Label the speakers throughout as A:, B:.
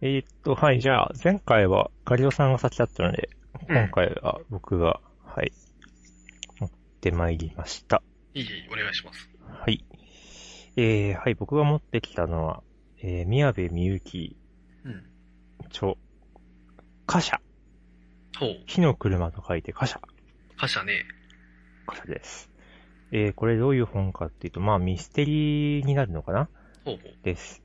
A: えーっと、はい、じゃあ、前回はガリオさんが先だったので、
B: うん
A: 今回は僕が、はい、持ってまいりました。
B: いい、お願いします。
A: はい。えー、はい、僕が持ってきたのは、えー、宮部みゆき
B: うん。
A: 著、貨車。
B: ほう。
A: 火の車と書いて貨車。
B: 覇者ね。
A: 貨車です。えー、これどういう本かっていうと、まあ、ミステリーになるのかな
B: ほうほう。
A: です。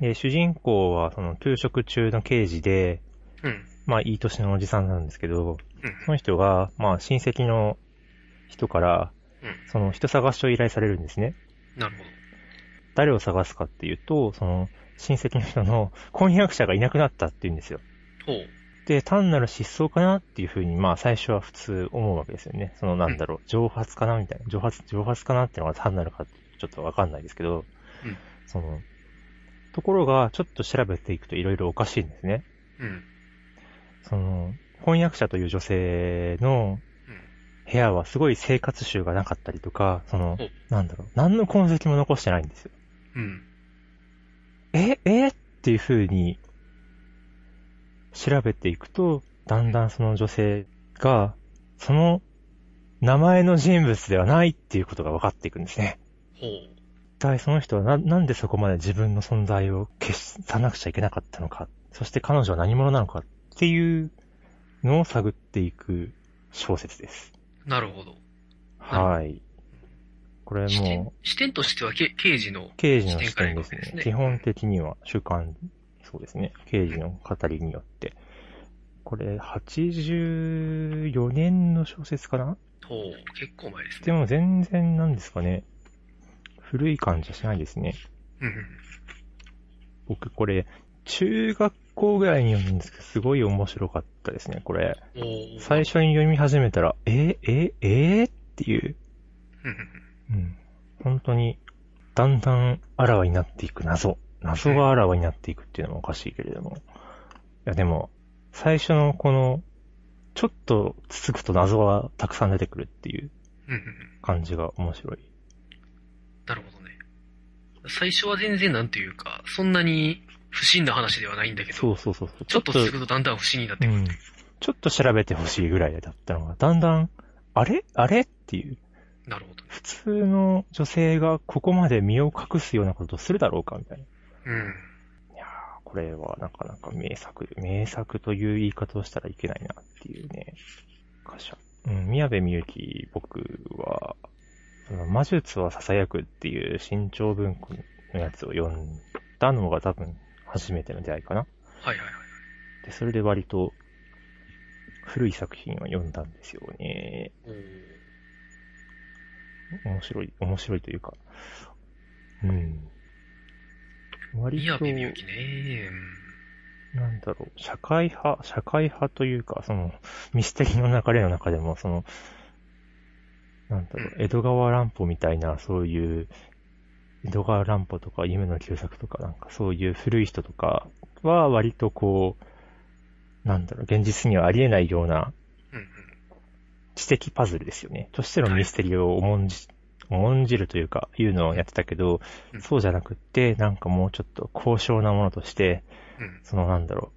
A: で、主人公は、その、休職中の刑事で、
B: うん。
A: まあ、いい年のおじさんなんですけど、
B: うん。
A: その人が、まあ、親戚の人から、
B: う
A: その、人探しを依頼されるんですね。
B: ん。なるほど。
A: 誰を探すかっていうと、その、親戚の人の 婚約者がいなくなったっていうんですよ。
B: ほう。
A: で、単なる失踪かなっていうふうに、まあ、最初は普通思うわけですよね。その、なんだろう、蒸発かなみたいな。蒸発、蒸発かなっていうのが単なるかってちょっとわかんないですけど、
B: うん
A: その、ところが、ちょっと調べていくといろいろおかしいんですね。
B: うん。
A: その、翻訳者という女性の部屋はすごい生活臭がなかったりとか、その
B: うん、
A: なんだろう、何の痕跡も残してないんですよ。
B: うん。うん。
A: え、えっていう風に、調べていくと、だんだんその女性が、その名前の人物ではないっていうことが分かっていくんですね。
B: ほう。
A: 一体その人はな、なんでそこまで自分の存在を消さなくちゃいけなかったのか、そして彼女は何者なのかっていうのを探っていく小説です。
B: なるほど。
A: はい。これ
B: 視点
A: も、
B: 視点としてはけ刑事の、
A: 刑事の視点で
B: 視点からいくわけです
A: すね。
B: ね
A: 基本的には主観、そうですね。刑事の語りによって。これ、84年の小説かな
B: ほう。結構前です
A: で
B: ね。
A: も全然なんですかね。古い感じはしないですね。
B: うん。
A: 僕これ、中学校ぐらいに読んだんですけど、すごい面白かったですね、これ。
B: おお。
A: 最。初に読み始めたら、ええええっていう、
B: うん。
A: うん。本当に、だんだんあらわになっていく謎。謎があらわになっていくっていうのもおかしいけれども。いや、でも、最初のこの、ちょっとつつくと謎がたくさん出てくるっていう
B: うんうん。
A: 感じが面白い。
B: なるほどね。最初は全然なんていうか、そんなに不審な話ではないんだけど、
A: そうそうそうそう。
B: ちょっとするとだんだん不審になって
A: う
B: くる。
A: ん。ちょっと調べてほしいぐらいだったのが、だんだん、あれあれっていう。
B: なるほどね。
A: 普通の女性がここまで身を隠すようなことをするだろうかみたいな。
B: うん。
A: これはなかなか名作、名作という言い方をしたらいけないなっていうね。歌詞。うん、宮部みゆき、僕は、あの魔術は囁くっていう新潮文庫のやつを読んだのが多分初めての出会いかな。
B: はいはいはい。
A: で、それで割と古い作品を読んだんですよね。
B: おお。
A: 面白い、面白いというか、うん。割
B: 宮
A: と、
B: 部み
A: な
B: ゆきね。
A: んだろう、社会派、社会派というか、その、ミステリーの流れの中でも、その、なんだろう、
B: うん
A: 江戸川乱歩みたいな、そういう、江戸川乱歩とか、夢の旧作とか、なんかそういう古い人とかは、割とこう、なんだろう、現実にはありえないような
B: うん。うん
A: 知的パズルですよね。としてのミステリーを重んじ、重んじるというか、いうのをやってたけど
B: う、ん
A: そうじゃなくって、なんかもうちょっと高尚なものとして、
B: うん。うん。
A: そのなんだろ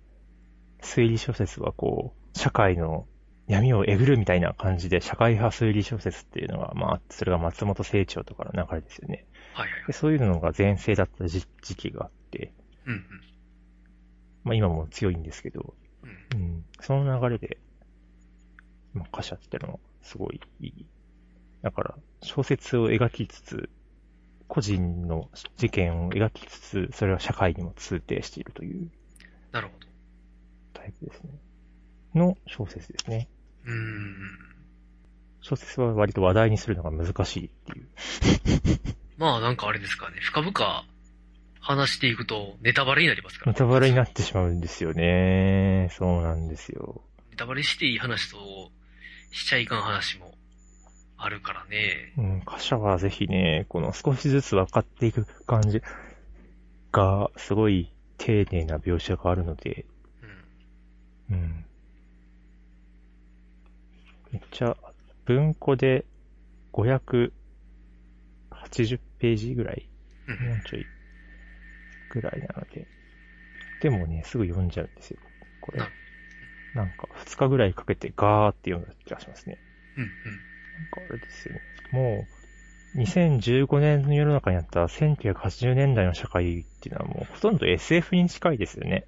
A: う、推理小説はこう、社会の闇をえぐるみたいな感じで、社会派推理小説っていうのが、まあ、それが松本清張とかの流れですよね。
B: はいはいはい。
A: でそういうのが前世だった時時期があって、
B: うん。うん
A: まあ今も強いんですけど、
B: うん。
A: うん、その流れで、まあ、歌詞ってのはすごいいい。だから、小説を描きつつ、個人の事件を描きつつ、それは社会にも通底しているという
B: なるほど。
A: タイプですね。の小説ですね。
B: うーん。
A: 小説は割と話題にするのが難しいっていう。
B: まあなんかあれですかね、深々話していくとネタバレになりますから、
A: ネタバレになってしまうんですよね。そうなんですよ。
B: ネタバレしていい話と、しちゃいかん話もあるからね。
A: うん、歌詞はぜひね、この少しずつ分かっていく感じが、すごい丁寧な描写があるので、
B: うん。
A: うん。めっちゃ、文庫で580ページぐらい、
B: うん
A: もうちょいぐらいなので、でもね、すぐ読んじゃうんですよ。これ
B: なる。
A: なんか、二日ぐらいかけてガーって読んだ気がしますね。
B: うん、うん。
A: なんかあれですよね。もう、2015年の世の中にあった1980年代の社会っていうのはもうほとんど SF に近いですよね。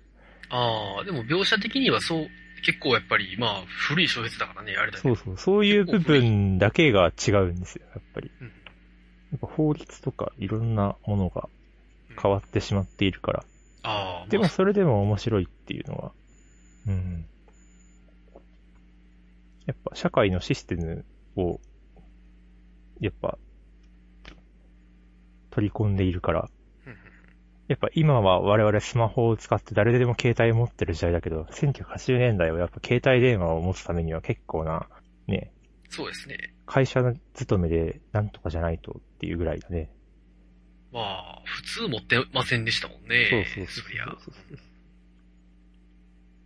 B: ああ、でも描写的にはそう、結構やっぱり、まあ、古い小説だからね、あれだけ
A: そ
B: ど。
A: うそう。そういう部分だけが違うんですよ、やっぱり。
B: うん
A: やっぱ法律とかいろんなものが変わってしまっているから。
B: ああ、
A: で
B: ま
A: も
B: あ
A: それでも面白いっていうのは、うん。やっぱ社会のシステムを、やっぱ、取り込んでいるから、
B: うんうん
A: やっぱ今は我々スマホを使って誰でも携帯を持ってる時代だけど、1980年代はやっぱ携帯電話を持つためには結構な、ね、
B: そうですね。
A: 会社勤めでなんとかじゃないとっていうぐらいだね。
B: まあ、普通持ってませんでしたもんね。
A: そうそうそう
B: そりゃ。
A: そうそうそう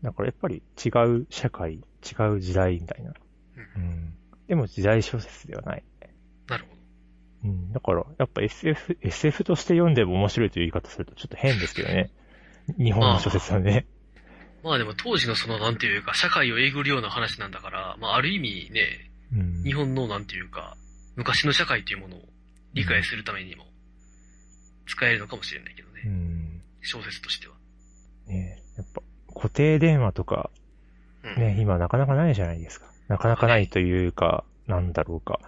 A: だからやっぱり違う社会、違う時代みたいな。うん。でも時代小説ではない。
B: なるほど。
A: うん。だから、やっぱ SF、SF として読んでも面白いという言い方するとちょっと変ですけどね。日本の小説はね。
B: まあでも当時のその、なんていうか、社会をえぐるような話なんだから、まあある意味ね、
A: うん。
B: 日本のなんていうか、昔の社会というものを理解するためにも、使えるのかもしれないけどね、
A: うん。
B: 小説としては。
A: ねやっぱ、固定電話とか、
B: うん。
A: ね、今なかなかないじゃないですか。なかなかないというか、なんだろうか。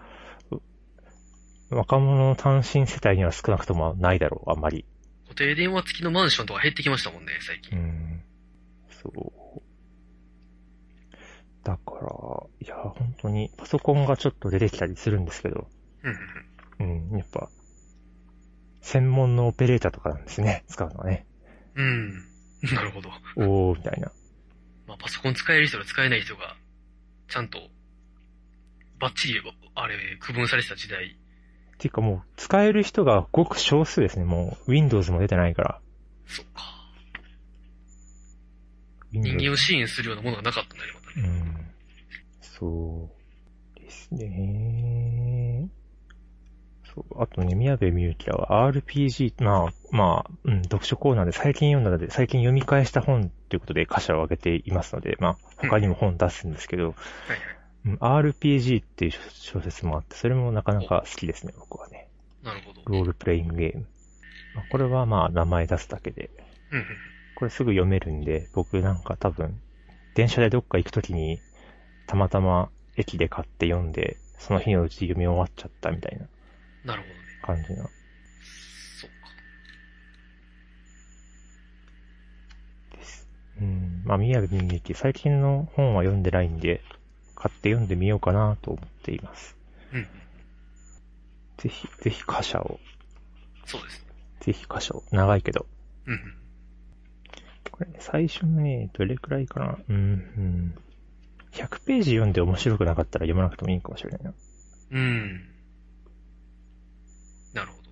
A: う若者の単身世帯には少なくともないだろう、あんまり。
B: 固定電話付きのマンションとか減ってきましたもんね、最
A: う
B: 近。
A: ん。そう。だから、いや、本当に、パソコンがちょっと出てきたりするんですけど、
B: うんうんうん。
A: うん、やっぱ、専門のオペレーターとかなんですね、使うのはね。
B: うん。 なるほど。
A: おー、みたいな。
B: まあパソコン使える人と使えない人が、ちゃんと、バッチリ、あれ、区分されてた時代。
A: っていうかもう、使える人がごく少数ですね、もう、Windows も出てないから。
B: そっか。人
A: Windows
B: 間を支援するようなものがなかったんだね、またね。
A: うん。そうですね。そう。あとね、宮部みゆきらは RPG、まあ、まあ、うん、読書コーナーで最近読んだので、最近読み返した本ということで歌詞を挙げていますので、まあ、他にも本出すんですけど、
B: はいはい。
A: うん、RPG っていう小説もあって、それもなかなか好きですね、僕はね。
B: なるほど。うん
A: ロールプレイングゲーム。まあ、これはまあ、名前出すだけで、
B: うん。
A: これすぐ読めるんで、僕なんか多分、電車でどっか行くときに、たまたま駅で買って読んで、その日のうち読み終わっちゃったみたいな
B: なるほどね。
A: 感じな。
B: そっか。
A: です。うん。まあ、宮部みゆき、最近の本は読んでないんで、買って読んでみようかなと思っています。
B: うんうん。
A: ぜひ、ぜひ貨車を、
B: そうです。
A: ぜひ貨車を。長いけど。
B: うんうん。
A: これ、最初のね、どれくらいかな。うん、うん。100ページ読んで面白くなかったら読まなくてもいいかもしれないな。
B: うん。なるほど。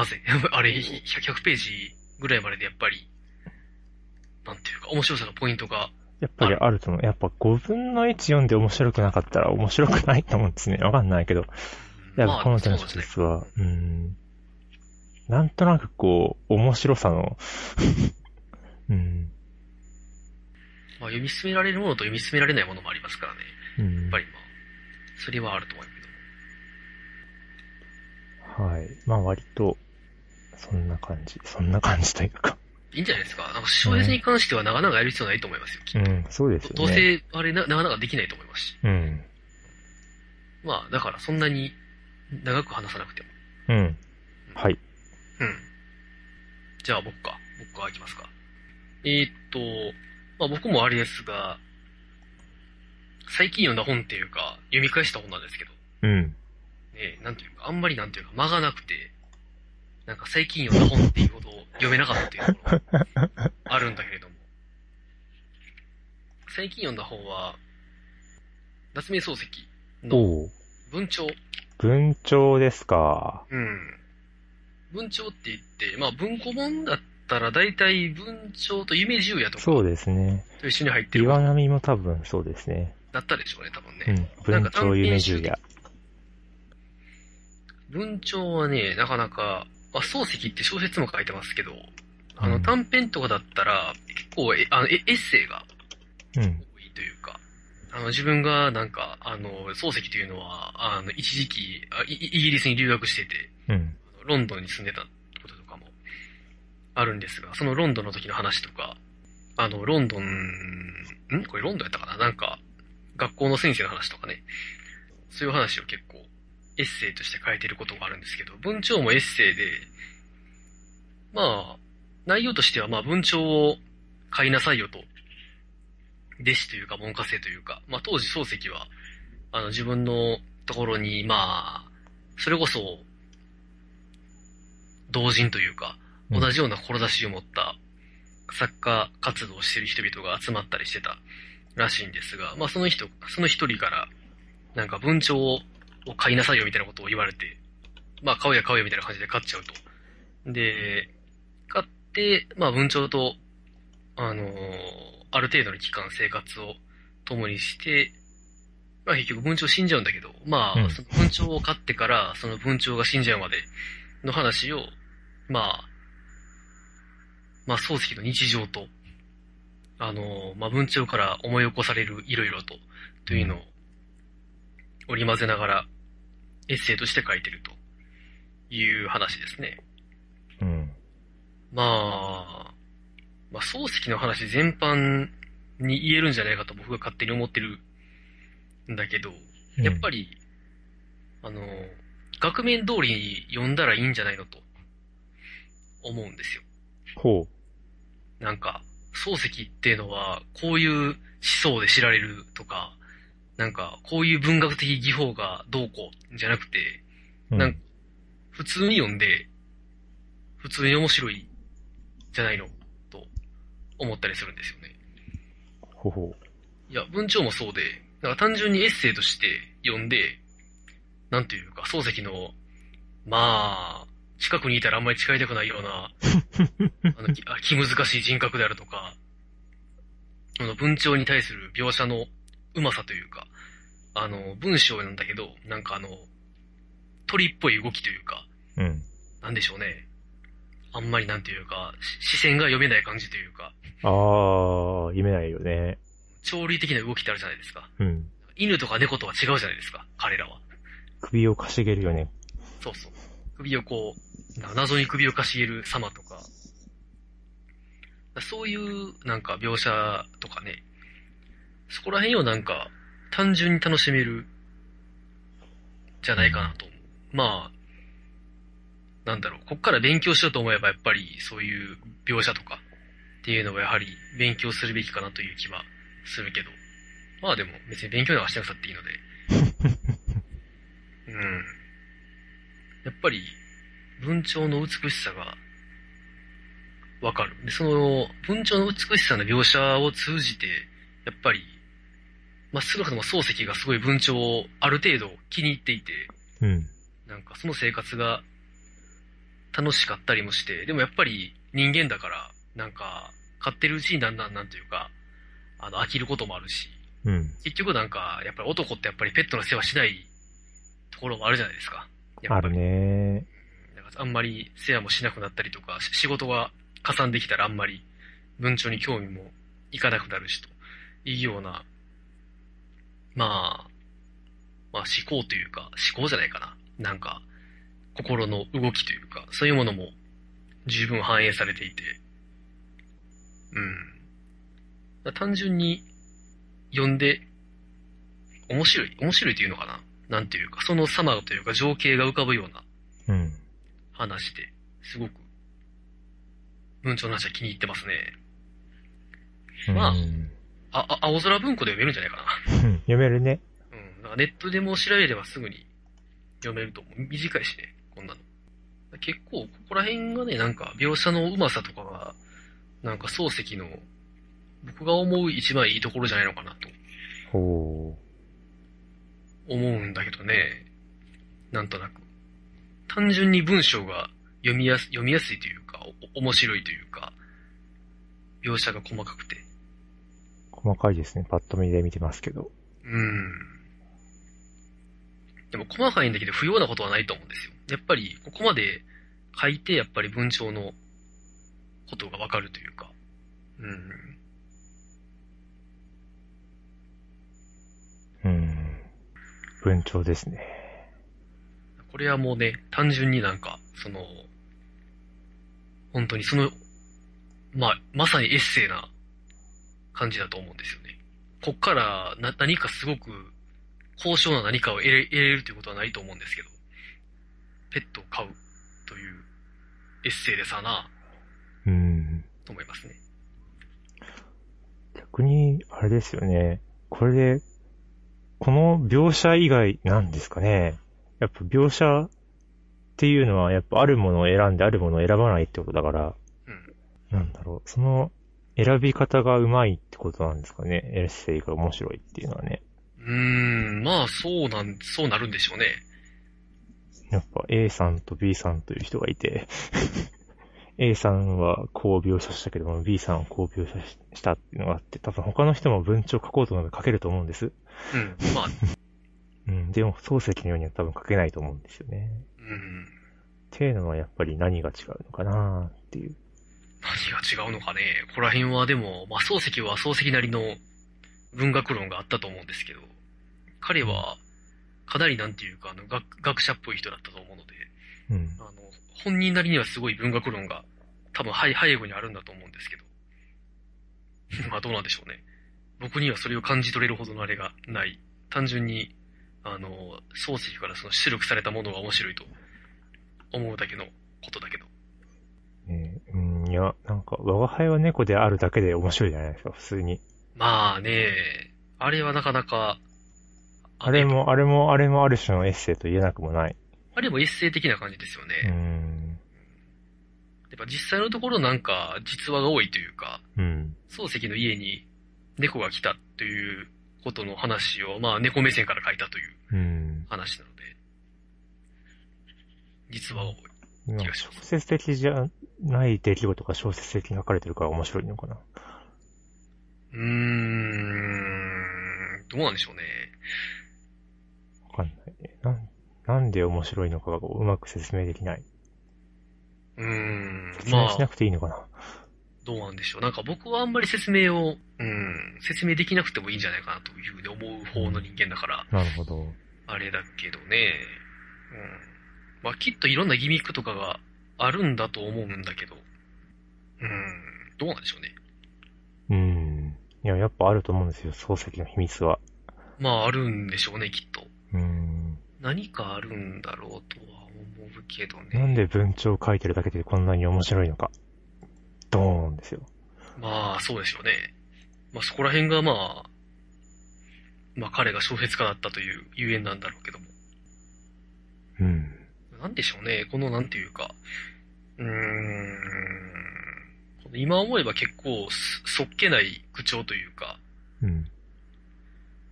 B: なぜ あれ、100 100ページぐらいまででやっぱり、なんていうか、面白さのポイントが、
A: やっぱりあると思う。やっぱ5分の1読んで面白くなかったら面白くないと思うんですね。わかんないけど。
B: うん
A: やっぱこの手の
B: そう
A: 小
B: ですね。
A: 説は、うん。なんとなくこう、面白さの、 うん。
B: まあ、読み進められるものと読み進められないものもありますからね。
A: うん
B: やっぱりまあ、それはあると思うけど。
A: はい。まあ割と、そんな感じ。そんな感じというか。
B: いいんじゃないですか。なんか小説に関してはなかなかやる必要ないと思いますよ。きっと
A: うん、そうです
B: ど
A: よ
B: う
A: ね。
B: せ、あれな、なかなかできないと思いますし。
A: うん。
B: まあ、だからそんなに長く話さなくても。
A: うん。はい。
B: うん。じゃあ僕か。僕からいきますか。えーっと、まあ僕もあれですが、最近読んだ本っていうか、読み返した本なんですけど、
A: うん。
B: ね、なんていうか、あんまりなんていうか、間がなくて、なんか最近読んだ本っていうほど読めなかったっていうの もあるんだけれども。最近読んだ本は、夏目漱石の
A: おう
B: 文鳥
A: 文鳥ですか。
B: うん。文鳥って言って、まあ文庫本だったら大体文鳥と夢十夜とか
A: そうですね。
B: と一緒に入ってる
A: 岩波も多分そうですね。
B: だったでしょうね、多分
A: う
B: ね。
A: ん。文鳥夢十夜。
B: 文鳥はね、なかなか、まあ漱石って小説も書いてますけど、あ
A: う
B: の、
A: ん
B: 短編とかだったら、結構え、あの、エエッセイが
A: うん。
B: 多いというか、あの、自分がなんか、あの、漱石というのは、あの、一時期、あイイイギリスに留学してて、
A: うん。
B: あのロンドンに住んでたこととかもあるんですが、そのロンドンの時の話とか、あの、ロンドン、んこれロンドンやったかななんか、学校の先生の話とかね。そういう話を結構、エッセイとして書いてることもあるんですけど、文章もエッセイで、まあ、内容としては、まあ、文章を買いなさいよと、弟子というか、文科生というか、まあ、当時漱石は、あの、自分のところに、まあ、それこそ、同人というか、
A: うん
B: 同じような志を持った作家活動をしている人々が集まったりしてたらしいんですが、まあその人、その一人から、なんか文鳥を買いなさいよみたいなことを言われて、まあ買うや買うやみたいな感じで買っちゃうと。で、買って、まあ文鳥と、あのーある程度の期間生活を共にして、まあ結局文鳥死んじゃうんだけど、ま
A: う
B: あ
A: ん
B: その文鳥を買ってから、その文鳥が死んじゃうまでの話を、まあ、まあ漱石の日常と、あの、まあ、文鳥から思い起こされるいろいろと、というのを織り交ぜながら、エッセイとして書いてるという話ですね。
A: うん。
B: まあ、まあ、漱石の話全般に言えるんじゃないかと僕が勝手に思ってるんだけど、やっぱ
A: り。
B: り、あの、額面通りに読んだらいいんじゃないのと、思うんですよ。
A: ほ
B: なんか、漱石っていうのは、こういう思想で知られるとか、なんか、こういう文学的技法がどうこうじゃなくて、
A: う。う
B: なんか普通に読んで、普通に面白いじゃないの、と思ったりするんですよね。
A: ほうほ
B: いや、文章もそうで、なんか単純にエッセイとして読んで、なんていうか、漱石の、まあ、近くにいたらあんまり近いたくないような、あの、きあ気難しい人格であるとか、この文章に対する描写のうまさというか、あの、文章なんだけど、なんかあの、鳥っぽい動きというか、
A: う。うん。
B: なんでしょうね。あんまりなんていうか、し視線が読めない感じというか、
A: ああ、夢ないよね。
B: 鳥類的な動きってあるじゃないですか。
A: うん。
B: 犬とか猫とは違うじゃないですか、彼らは。
A: 首をかしげるよね。
B: そうそう。首をこう、な謎に首をかしげる様とか。そういう、なんか、描写とかね。そこら辺をなんか、単純に楽しめる、じゃないかなと思う。まあ、なんだろう、こっから勉強しようと思えば、やっぱり、そういう描写とか、っていうのはやはり、勉強するべきかなという気はするけど。まあでも、別に勉強なんかしなくたっていいので。うん。やっぱり、文鳥の美しさが、わかる。で、その、文鳥の美しさの描写を通じて、やっぱり、まあ、少なくとも漱石がすごい文鳥をある程度気に入っていて、
A: うん。
B: なんかその生活が楽しかったりもして、でもやっぱり人間だから、なんか、買ってるうちにだんだんなんていうか、あの、飽きることもあるし、
A: うん。
B: 結局なんか、やっぱり男ってやっぱりペットの世話しないところもあるじゃないですか。や
A: あ
B: っぱ
A: る
B: り
A: ね。
B: なんかあんまり世話もしなくなったりとか、し仕事が加算できたらあんまり文鳥に興味もいかなくなるしというような、まあ、まあ思考というか、思考じゃないかな。なんか、心の動きというか、そういうものも十分反映されていて、うん。単純に読んで、面白い、面白いというのかな。なんていうか、その様というか情景が浮かぶような
A: うん。
B: 話で、すごく、文鳥の話は気に入ってますね。まあ
A: うん
B: あ、あ青空文庫で読めるんじゃないか
A: うん読めるね。
B: な。うん。なんかネットでも調べればすぐに読めると思う。短いしね、こんなの。結構、ここら辺がね、なんか、描写のうまさとかが、なんか漱石の、僕が思う一番いいところじゃないのかなと
A: ほ
B: 思うんだけどね。なんとなく。単純に文章が読みやす読みやすいというか、お面白いというか、描写が細かくて。
A: う。細かいですね。パッと見で見てますけど。
B: うん。でも細かいんだけど不要なことはないと思うんですよ。やっぱり、ここまで書いて、やっぱり文章のことがわかるというか。うん。
A: うん。文鳥ですね。
B: これはもうね、単純になんか、その、本当にその、まあ、まさにエッセイな感じだと思うんですよね。こっからな何かすごく高尚な何かを得れ得れるということはないと思うんですけど、ペットを飼うというエッセイでさな
A: うん。
B: と思いますね。
A: 逆に、あれですよね。これで、この描写以外なんですかね。やっぱ描写っていうのは、やっぱあるものを選んであるものを選ばないってことだから、
B: うん。
A: なんだろう、その選び方がうまいってことなんですかね。エッセイが面白いっていうのはね。
B: うーん、まあそうなん、そうなるんでしょうね。
A: やっぱ A さんと B さんという人がいて、A さんはこう描写したけども、B さんはこう描写ししたっていうのがあって、多分他の人も文章書こうと思えば書けると思うんです。
B: うん、まあ、
A: うん、でも漱石のようには多分書けないと思うんですよね。
B: うん、
A: っていうのはやっぱり何が違うのかなっていう。
B: 何が違うのかね。ここら辺はでも、まあ、漱石は漱石なりの文学論があったと思うんですけど、彼は、かなりなんていうか、あの、学、学者っぽい人だったと思うので、
A: うん
B: あ。の、本人なりにはすごい文学論が、多分、はい、背後にあるんだと思うんですけど。 まあ、どうなんでしょうね。僕にはそれを感じ取れるほどのあれがない。単純に、あの、漱石からその出力されたものが面白いと思うだけのことだけど。
A: ねえうん、いや、なんか、我が輩は猫であるだけで面白いじゃないですか、普通に。
B: まあね、あれはなかなか、
A: あれ。も、あれも、あれもある種のエッセイと言えなくもない。
B: あれも一斉的な感じですよね。
A: う
B: や
A: ん。
B: っぱ実際のところなんか実話が多いというか、
A: うん。
B: 漱石の家に猫が来たということの話を、まあ猫目線から書いたという
A: うん。
B: 話なので、実話が多い。
A: なんか小説的じゃない出来事が小説的に書かれてるから面白いのかな。
B: うーん、どうなんでしょうね。
A: わかんないね。なん、なんで面白いのかがうまく説明できない。
B: うーん、
A: 説
B: ま
A: 明
B: あ
A: し、なくていいのかな。
B: どうなんでしょう。なんか僕はあんまり説明を、うん、説明できなくてもいいんじゃないかなというふうに思う方の人間だから、
A: なるほど。
B: あれだけどね。うん。まあきっといろんなギミックとかがあるんだと思うんだけど、うん、どうなんでしょうね。
A: うん。いや、やっぱあると思うんですよ、漱石の秘密は。
B: まああるんでしょうね、きっと。
A: うん。
B: 何かあるんだろうとは思うけど
A: な
B: ね。
A: んで文章を書いてるだけでこんなに面白いのか。ドーンですよ。
B: まあそうでしょうね。まあそこら辺がまあ、まあ彼が小説家だったというゆえんなんだろうけども。
A: うん。
B: なんでしょうね、このなんていうか、うーん、今思えば結構すそっけない口調というか、
A: うん。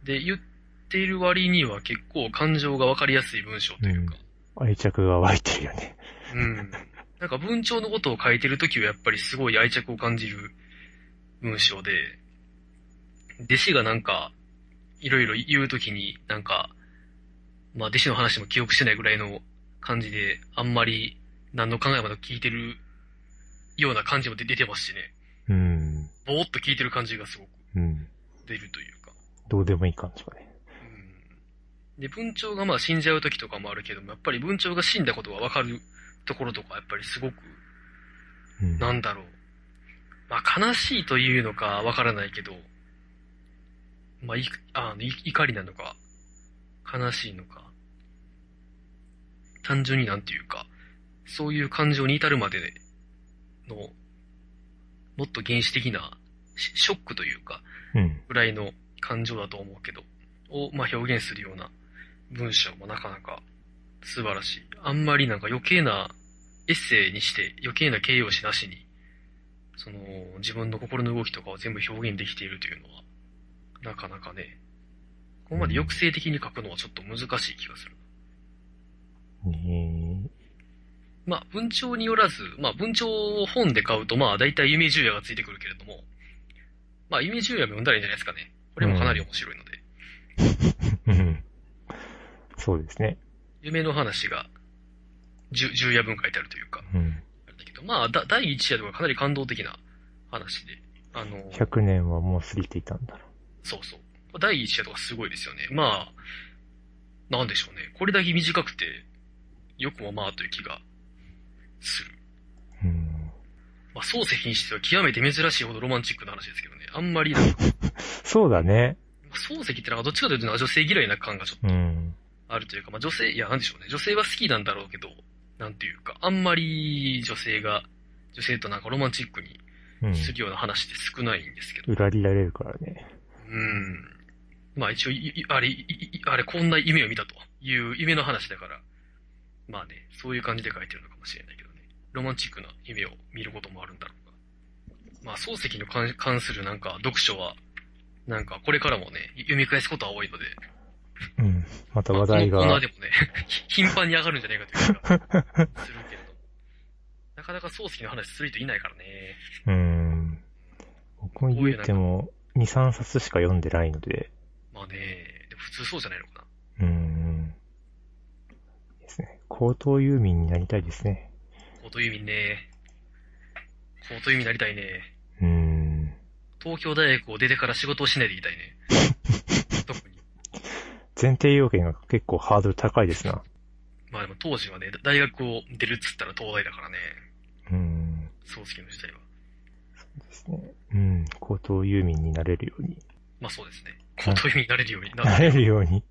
B: で、言っている割には結構感情がわかりやすい文章というか、
A: 愛着が湧いてるよね。
B: うん。なんか文章のことを書いてるときはやっぱりすごい愛着を感じる文章で、弟子がなんか、いろいろ言うときになんか、まあ弟子の話も記憶してないぐらいの感じで、あんまり何の考えもなく聞いてるような感じも出出てますしね。
A: うん。
B: ぼーっと聞いてる感じがすごく
A: うん。
B: 出るというか。
A: どうでもいい感じがね。
B: うんで、文鳥がまあ死んじゃう時とかもあるけども、やっぱり文鳥が死んだことがわかるところとか、やっぱりすごく、
A: うん。
B: なんだろう。まあ悲しいというのかわからないけど、まあいあのい怒りなのか、悲しいのか、単純になんていうか、そういう感情に至るまでの、もっと原始的なシショックというか、
A: うん。
B: ぐらいの感情だと思うけど、を、まあ、表現するような文章もなかなか素晴らしい。あんまりなんか余計なエッセイにして余計な形容詞なしに、その自分の心の動きとかを全部表現できているというのは、なかなかね、ここまで抑制的に書くのはちょっと難しい気がする。
A: ね
B: まあ、文鳥によらず、まあ、文鳥を本で買うと、まあ、大体夢十夜がついてくるけれども、まあ、夢十夜も読んだらいいんじゃないですかね。これもかなり面白いので。
A: えうん。 そうですね。
B: 夢の話が、十、十夜分書いてあるというか、
A: うん。
B: あれだけど。と、まあ、だ第1夜とかかなり感動的な話で、あの、
A: 100年はもう過ぎていたんだろ
B: そうそう。第1夜とかすごいですよね。まあ、なんでしょうね。これだけ短くて、よくもまあという気がする。
A: う。うん。
B: まあ、漱石にしては極めて珍しいほどロマンチックな話ですけどね。あんまりなんか、
A: そうだね。
B: 漱石ってなんかどっちかというとなんか女性嫌いな感がちょっと
A: うん。
B: あるというか、まあ女性、いや、なんでしょうね。女性は好きなんだろうけど、なんていうか、あんまり女性が、女性となんかロマンチックに
A: うん。
B: するような話って少ないんですけど。
A: 裏切られるからね。
B: うん。まあ一応、いいあれ、いいあれ、こんな夢を見たという夢の話だから、まあね、そういう感じで書いてるのかもしれないけどね。ロマンチックな夢を見ることもあるんだろうが。まあ、漱石に関関するなんか読書は、なんかこれからもね、読み返すことは多いので、
A: うん。また
B: まあ
A: 話題
B: このコーナー
A: が
B: で、もね、 頻繁に上がるんじゃないかという気がするけれど。なかなか漱石の話する人いないからね。
A: うん。僕も言うても、2、3冊しか読んでないので、
B: まあね、でも普通そうじゃないのかな。
A: うん。ですね。高等遊民になりたいですね。
B: コートユミね。コートユミになりたいね。
A: うん。
B: 東京大学を出てから仕事をしないでいたいね。 特に。
A: 前提要件が結構ハードル高いですな。
B: まあでも当時はね、大学を出るっつったら東大だからね。
A: うん。
B: 漱石の時代は。
A: ですね。うん。高等遊民になれるように。
B: まあそうですね。コートユミになれるように。な
A: なれるように。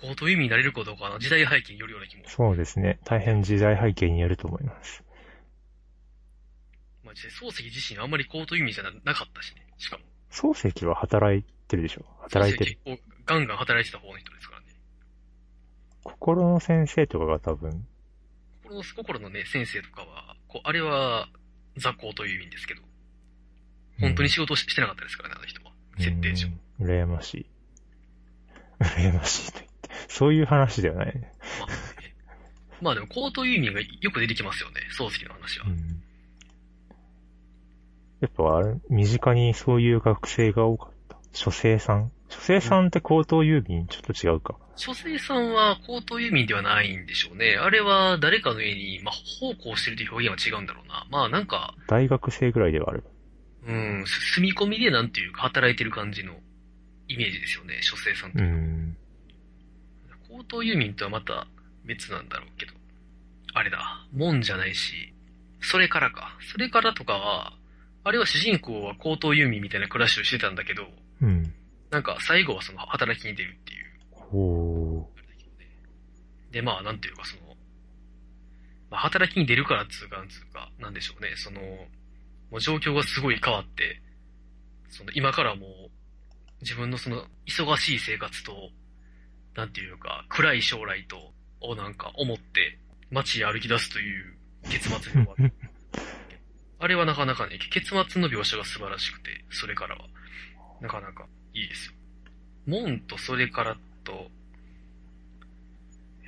B: コートユミになれるかどうかは時代背景によるような気も。
A: そうですね。大変時代背景によると思います。
B: まあ実際漱石自身あんまりコートユミじゃななかったしね。しかも。
A: 漱石は働いてるでしょ働いてる。
B: 結構ガンガン働いてた方の人ですからね。
A: 心の先生とかが多分、
B: 心の心のね、先生とかは、こう、あれは、雑行という意味ですけど、本当に仕事をししてなかったですからね、あの人は。設定上。
A: うん。羨ましい。羨ましいと言って。そういう話ではないね。
B: まあ、ね、まあでも、こうという意味がよく出てきますよね、漱石の話は
A: う。ん。やっぱあれ、身近にそういう学生が多かった。書生さん。書生さんって高等郵便ちょっと違うか。
B: 書生さんは、こうという意味ではないんでしょうね。あれは、誰かの家に、まあ、奉公してるという表現は違うんだろうな。まあ、なんか、
A: 大学生ぐらいではある。
B: うん、す住み込みでなんていうか、働いてる感じのイメージですよね、書生さんって。
A: うん。
B: 高等遊民とはまた別なんだろうけど。あれだ、門じゃないし、それからか。それからとかは、あれは主人公は高等遊民みたいな暮らしをしてたんだけど、
A: うん。
B: なんか最後はその働きに出るっていう。
A: ほ
B: で、まあなんていうかその、まあ働きに出るからっつうか、なんつうか、なんでしょうね。その、もう状況がすごい変わって、その今からもう、自分のその、忙しい生活と、なんていうか、暗い将来と、をなんか思って、街へ歩き出すという結末に終わる。あれはなかなかね、結末の描写が素晴らしくて、それからは、なかなかいいですよ。門とそれからと、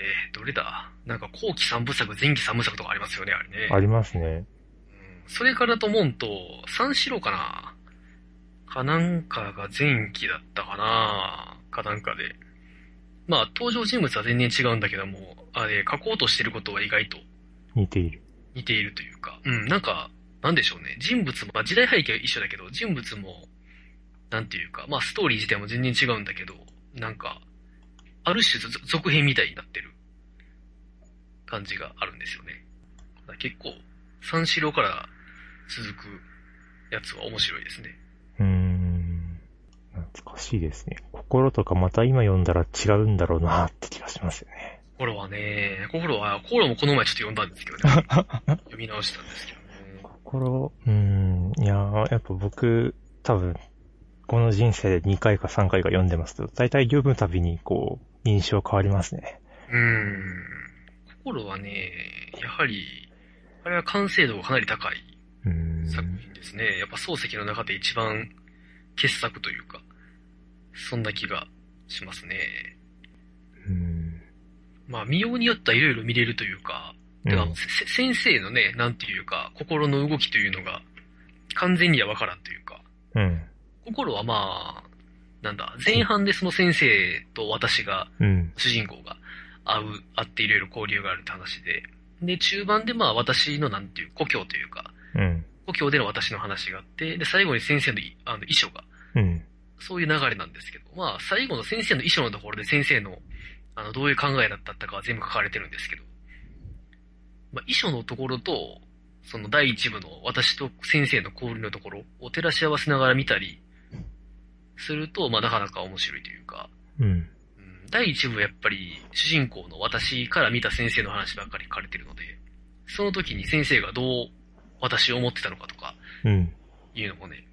B: えー、どれだなんか後期三部作、前期三部作とかありますよね、あれね。
A: う。ありますね。
B: うんそれからと門と、三四郎かなかなんかが前期だったかなかなんかで。まあ、登場人物は全然違うんだけども、あれ、書こうとしてることは意外と
A: 似ている。
B: 似ているというか、うん、なんか、なんでしょうね。人物も、まあ、時代背景は一緒だけど、人物も、なんていうか、まあ、ストーリー自体も全然違うんだけど、なんか、ある種ぞ続編みたいになってる感じがあるんですよね。だから結構、三四郎から続くやつは面白いですね。
A: うーん。懐かしいですね。心とかまた今読んだら違うんだろうなって気がしますよね。
B: 心はね、心は、心もこの前ちょっと読んだんですけどね。読み直したんですけどね。
A: 心、うーん。いやー、やっぱ僕、多分、この人生で2回か3回か読んでますけど、大体読むたびにこう、印象変わりますね。
B: うーん。心はね、やはり、あれは完成度がかなり高いう
A: ー
B: 作
A: ん。
B: 品ですね。やっぱ漱石の中で一番傑作というか、そんな気がしますね。
A: うーん。
B: まあ、見ようによってはいろいろ見れるというか、
A: う
B: だから
A: ん
B: せせ先生のね、なんていうか、心の動きというのが、完全にはわからんというか、
A: うん。
B: 心はまあ、なんだ、前半でその先生と私が、
A: うん。
B: 主人公が会う、会っていろいろ交流があるって話で、で、中盤でまあ私のなんていう、故郷というか、
A: うん。
B: 故郷での私の話があって、で、最後に先生のいあの遺書が、
A: うん。
B: そういう流れなんですけど、まあ最後の先生の遺書のところで先生の、あの、どういう考えだったかは全部書かれてるんですけど、まあ遺書のところと、その第一部の私と先生の交流のところを照らし合わせながら見たりすると、まあなかなか面白いというか、
A: うん。
B: うん第一部はやっぱり主人公の私から見た先生の話ばっかり書かれてるので、その時に先生がどう私を思ってたのかとか
A: うん。
B: いうのもね、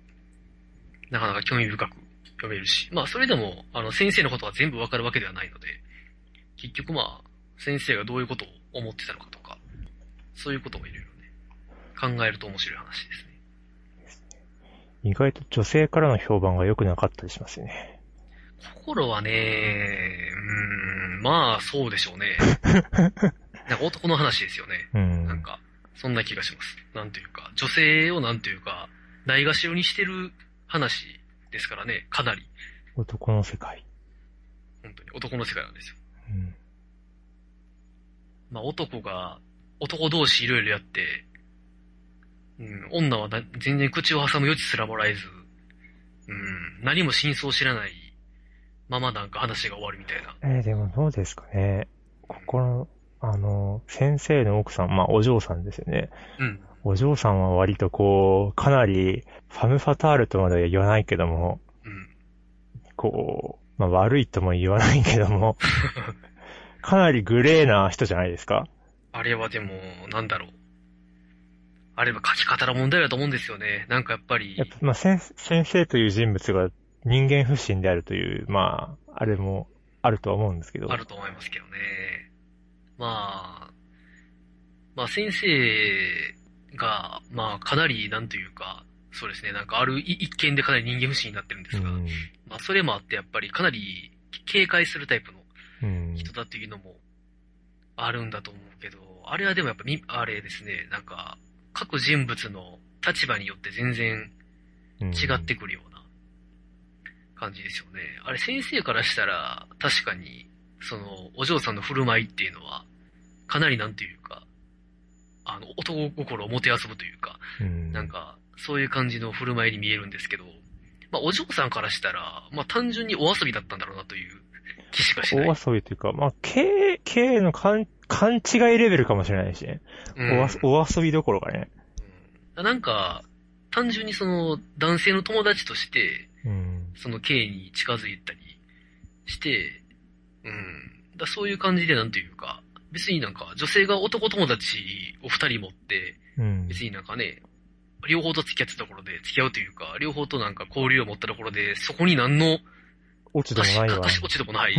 B: なかなか興味深く読めるし、まあそれでもあの先生のことは全部わかるわけではないので、結局まあ先生がどういうことを思ってたのかとか、そういうこともいろいろね、考えると面白い話ですね。
A: 意外と女性からの評判が良くなかったりしますよね。
B: 心はね、うーん、まあそうでしょうね。なんか男の話ですよね。
A: うん。
B: なんか、そんな気がします。なんというか、女性をなんというか、ないがしろにしてる話ですからね、かなり。
A: 男の世界。
B: 本当に男の世界なんですよ。
A: うん。
B: まあ男が、男同士いろいろやって、うん、女はな全然口を挟む余地すらもらえず、うん、何も真相を知らないままなんか話が終わるみたいな。
A: えー、でもどうですかね。ここの、あの、先生の奥さん、まあ、お嬢さんですよね。
B: うん。
A: お嬢さんは割とこう、かなり、ファムファタールとまでは言わないけども、
B: うん。
A: こう、まあ、悪いとも言わないけど も、かなりグレーな人じゃないですか。
B: あれはでも、なんだろう。あれは書き方の問題だと思うんですよね。なんかやっぱり
A: やっ、ぱ、まあ、先先生という人物が人間不信であるという、まあ、あれもあるとは思うんですけど。
B: あると思いますけどね。まあ、まあ先生が、まあかなり、なんというか、そうですね、なんかあるい一見でかなり人間不信になってるんですが、
A: うん。
B: まあそれもあってやっぱりかなり警戒するタイプの
A: うん。
B: 人だっていうのもあるんだと思うけど、あれはでもやっぱみ、あれですね、なんか各人物の立場によって全然
A: うん
B: 違ってくるような感じですよね。あれ先生からしたら、確かに、その、お嬢さんの振る舞いっていうのは、かなりなんていうか、あの、男心をもてあそぶというか、
A: うん。
B: なんか、そういう感じの振る舞いに見えるんですけど、まあ、お嬢さんからしたら、まあ、単純にお遊びだったんだろうなという気しかし
A: お
B: ない。
A: 遊びというか、まあ、K、K の勘、勘違いレベルかもしれないしね。
B: うん
A: おわお遊びどころかね。
B: うんなんか、単純にその、男性の友達として、
A: うん。
B: その K に近づいたりして、うん。だそういう感じでなんていうか、別になんか女性が男友達を二人持って、
A: うん。
B: 別になんかね、両方と付き合ってたところで付き合うというか、両方となんか交流を持ったところで、そこに何の
A: 落ち度もないわ
B: か。しこちでもない。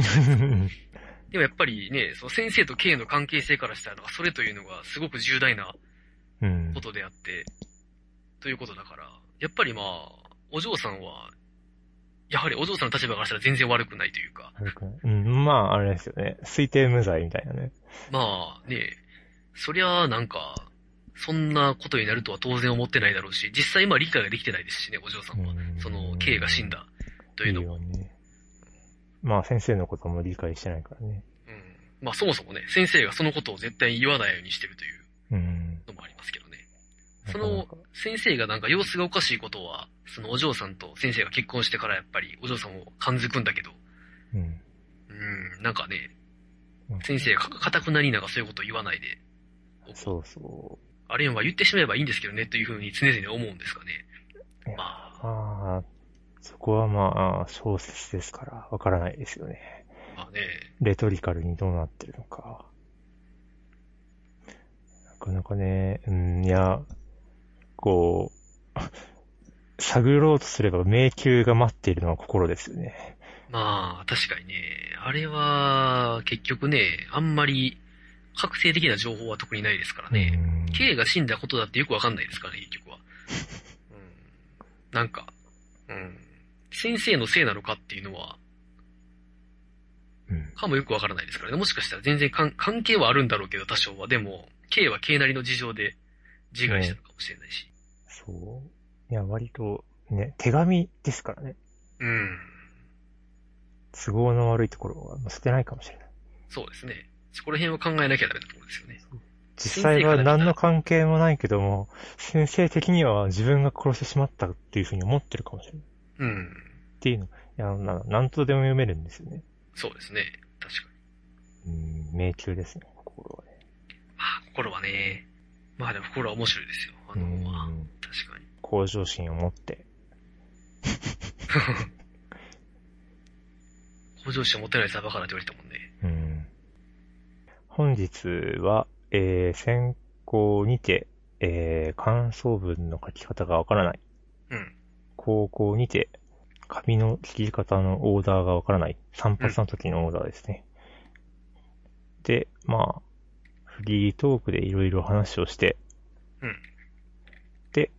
B: でもやっぱりね、その先生と K の関係性からしたら、それというのがすごく重大な
A: うん
B: こ。とであって、ということだから、やっぱりまあ、お嬢さんは、やはりお嬢さんの立場からしたら全然悪くないというか、
A: 悪くないうん。まあ、あれですよね。推定無罪みたいなね。
B: まあね、そりゃあなんか、そんなことになるとは当然思ってないだろうし、実際まあ理解ができてないですしね、お嬢さんは。
A: うん
B: その、K が死んだというのも。
A: よね。まあ、先生のことも理解してないからね。
B: うんまあそもそもね、先生がそのことを絶対に言わないようにしてるという
A: うん。
B: のもありますけどね。
A: な
B: そ
A: かな
B: の
A: か、
B: 先生がなんか様子がおかしいことは、そのお嬢さんと先生が結婚してからやっぱりお嬢さんを感づくんだけど、
A: うん。
B: うん、なんかね
A: うん、
B: 先生がかかたくなりながらそういうことを言わないで、
A: そうそ
B: あるいは言ってしまえばいいんですけどねというふうに常々思うんですかね
A: いや。
B: ま
A: う。
B: あ、
A: まあ、そこはまあ、小説ですから、わからないですよね。
B: まあね、
A: レトリカルにどうなってるのか。なかなかね、うん、いや、こう、探ろうとすれば迷宮が待っているのは心ですよね。
B: まあ、確かにね、あれは、結局ね、あんまり、確定的な情報は特にないですからね。
A: うん
B: K が死んだことだってよくわかんないですからね、結 局は。うん、なんか、うん、先生のせいなのかっていうのは、
A: うん。
B: かもよくわからないですからね。もしかしたら全然かん関係はあるんだろうけど、多少は。でも、K は K なりの事情で自害したのかもしれないし。
A: そう。いや、割と、ね、手紙ですからね。
B: うん、
A: 都合の悪いところは載せてないかもしれない。
B: そうですね。そこら辺は考えなきゃダメなところですよね。
A: 実際は何の関係もないけども、先生的には自分が殺してしまったっていうふうに思ってるかもしれない。
B: うん。
A: っていうの、いや、ななんとでも読めるんですよね。
B: そうですね。確か
A: うん、迷宮ですね、心はね。
B: に。まあ、心はね、まあでも心は面白いですよ。あ
A: う
B: の、
A: ん
B: まあ、確かに。
A: 向上心を持って。
B: 向上心を持てないサバカだって言われたもんね。
A: うん。本日は、えー、先行にて、えー、感想文の書き方がわからない。
B: うん。
A: 高校にて、紙の切り方のオーダーがわからない。散髪の時のオーダーですね。で、まあ、フリートークでいろいろ話をして、
B: うん
A: で、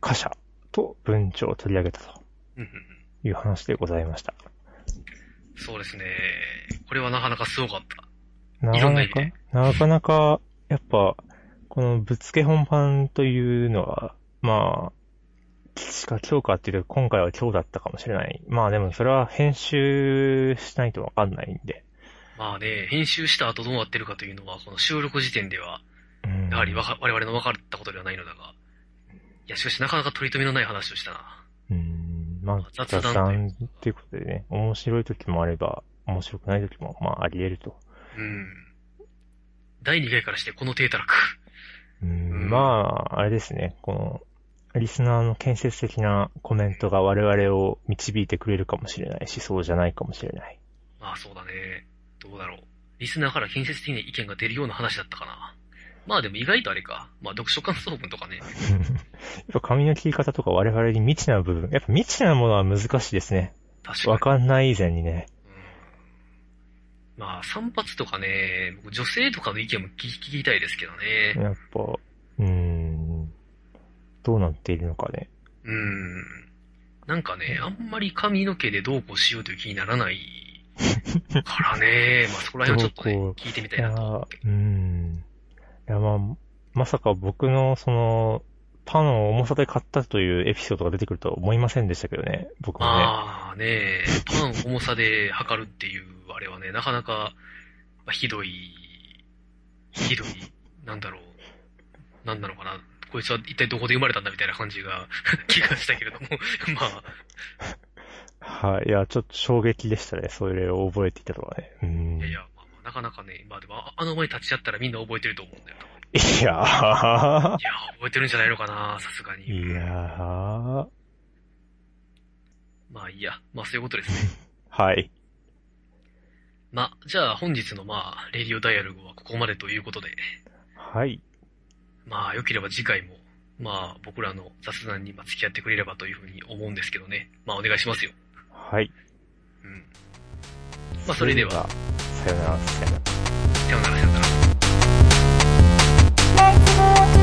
A: 貨車と文鳥を取り上げたと
B: うんうんうん。
A: いう話でございました。
B: そうですね。これはなかなかすごかった。
A: ない
B: ろ
A: か
B: んな
A: な
B: 意味
A: か
B: で、
A: なかなか、やっぱ、このぶっつけ本番というのは、まあ、しか今日かっていうと、今回は今日だったかもしれない。まあでもそれは編集しないとわかんないんで。
B: まあね、編集した後どうなってるかというのは、この収録時点では、
A: うん
B: やはりわか我々の分かったことではないのだが、いや、しかしなかなか取り留めのない話をしたな。
A: うん、まあ雑
B: 雑談
A: 談っていうことでね、面白い時もあれば、面白くない時も、まああり得ると。
B: うん。第2回からしてこの低たらく。
A: うん、
B: ん
A: まあ、あれですね、この、リスナーの建設的なコメントが我々を導いてくれるかもしれないし、そうじゃないかもしれ ない。
B: まあそうだね。どうだろう。リスナーから建設的な意見が出るような話だったかな。まあでも意外とあれか。まあ読書感想文とかね。
A: やっぱ髪の切り方とか我々に未知な部分。やっぱ未知なものは難しいですね。
B: 確かに
A: わ。かんない以前にね。
B: うんまあ散髪とかね、僕女性とかの意見も聞き聞きたいですけどね。
A: やっぱ、うーん、どうなっているのかね。
B: うん。なんかね、あんまり髪の毛でどうこうしようという気にならないか らね、まあそこら辺はちょっとね
A: どうこ、
B: 聞いてみた
A: い
B: い
A: や
B: なと思
A: ー
B: っ、て
A: う。ーん。いや、まあ、まさか僕のその、パンを重さで買ったというエピソードが出てくるとは思いませんでしたけどね。僕もね。
B: まあね、パン重さで測るっていうあれはね、なかなか、まあひどい、ひどい、なんだろう、なんなのかな。こいつは一体どこで生まれたんだみたいな感じが 気がしたけれども、 まあ、
A: はい。いや、ちょっと衝撃でしたね。それを覚えていたとはね。うーん。
B: いやいや、まあまあ、なかなかね、まあでも、ああの場に立ち会ったらみんな覚えてると思うんだよ。
A: いやー
B: いや、覚えてるんじゃないのかな、さすがに。
A: いやー
B: まあいいや、まあそういうことですね。
A: はい。
B: まあ、じゃあ本日のまあ、レディオダイアログはここまでということで、
A: はい。
B: まあ、良ければ次回も、まあ、僕らの雑談にまあ付き合ってくれればというふうに思うんですけどね。まあ、お願いしますよ。
A: はい。
B: うん。まあ、それでは、。
A: さよなら、さよなら。
B: さようなら、さようなら。
C: Let's go to